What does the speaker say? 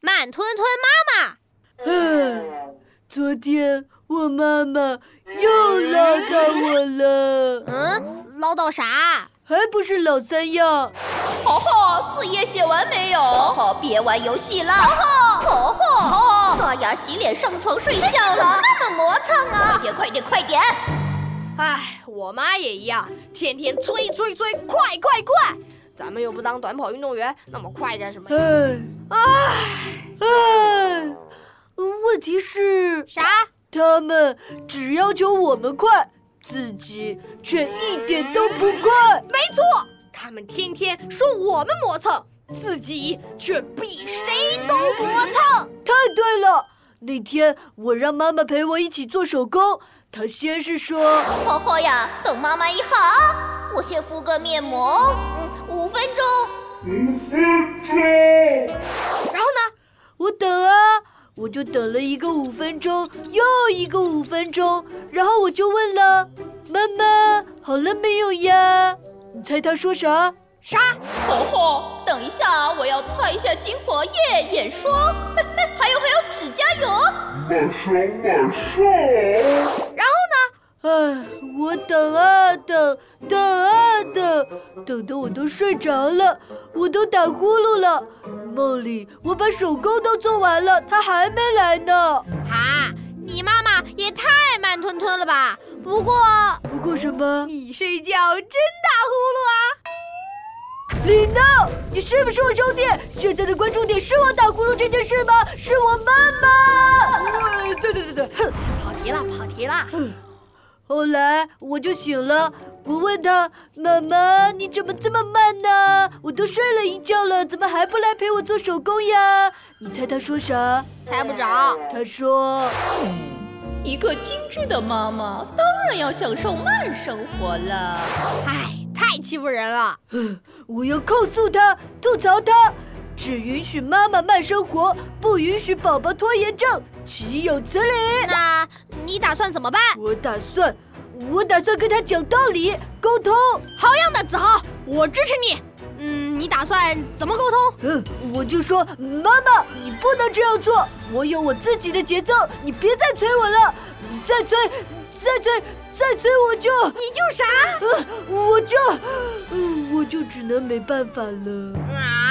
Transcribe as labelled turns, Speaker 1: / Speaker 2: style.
Speaker 1: 慢吞吞妈妈。
Speaker 2: 唉，昨天我妈妈又唠叨我了，
Speaker 1: 嗯，唠叨啥？
Speaker 2: 还不是老三样。
Speaker 3: 猴猴，哦作业写完没有？哦猴猴，哦别玩游戏了。猴猴，猴猴，刷牙、洗脸、上床睡觉了，那么磨蹭啊！快点，快点，快点！
Speaker 4: 唉，哎我妈也一样，天天催催催，快快快！咱们又不当短跑运动员，那么快干什么呀？
Speaker 2: 唉，唉，唉，问题是
Speaker 1: 啥？
Speaker 2: 他们只要求我们快，自己却一点都不快。
Speaker 4: 没错，他们天天说我们磨蹭，自己却比谁都磨蹭。
Speaker 2: 太对了，那天我让妈妈陪我一起做手工，她先是说。
Speaker 3: 猴猴呀，等妈妈一下啊，我先敷个面膜，嗯，五分钟。
Speaker 4: 然后呢？
Speaker 2: 我等啊，我就等了一个五分钟，又一个五分钟，然后我就问了妈妈：“好了没有呀？”你猜她说啥？
Speaker 4: 啥？
Speaker 3: 猴猴，等一下啊，我要擦一下精华液、眼霜， 还有还有指甲油。
Speaker 5: 马上，马上。
Speaker 2: 唉，我等啊等，等啊等，等得我都睡着了，我都打呼噜了。梦里我把手工都做完了，她还没来呢。
Speaker 1: 啊，你妈妈也太慢吞吞了吧？不过，
Speaker 2: 不过什么？
Speaker 4: 你睡觉真打呼噜啊！
Speaker 2: 李闹，你是不是我兄弟？现在的关注点是我打呼噜这件事吗？是我妈妈。呃对对对对，哼。
Speaker 4: 跑题了，跑题了。
Speaker 2: 后来我就醒了，我问他：“妈妈，你怎么这么慢呢？我都睡了一觉了，怎么还不来陪我做手工呀？”你猜他说啥？
Speaker 1: 猜不着。
Speaker 2: 他说
Speaker 3: 一个精致的妈妈当然要享受慢生活了。
Speaker 1: 唉，太欺负人了。：“
Speaker 2: 我要控诉他，吐槽他，只允许妈妈慢生活，不允许宝宝拖延症，岂有此理！”
Speaker 1: 那你打算怎么办？
Speaker 2: 我打算，我打算跟他讲道理，沟通。
Speaker 1: 好样的，子豪，我支持你。嗯，你打算怎么沟通？
Speaker 2: 嗯，我就说妈妈，你不能这样做，我有我自己的节奏，你别再催我了，你再催，再催，再催我就，
Speaker 4: 你就啥？
Speaker 2: 呃，我就，呃，我就只能没办法了。
Speaker 1: 啊。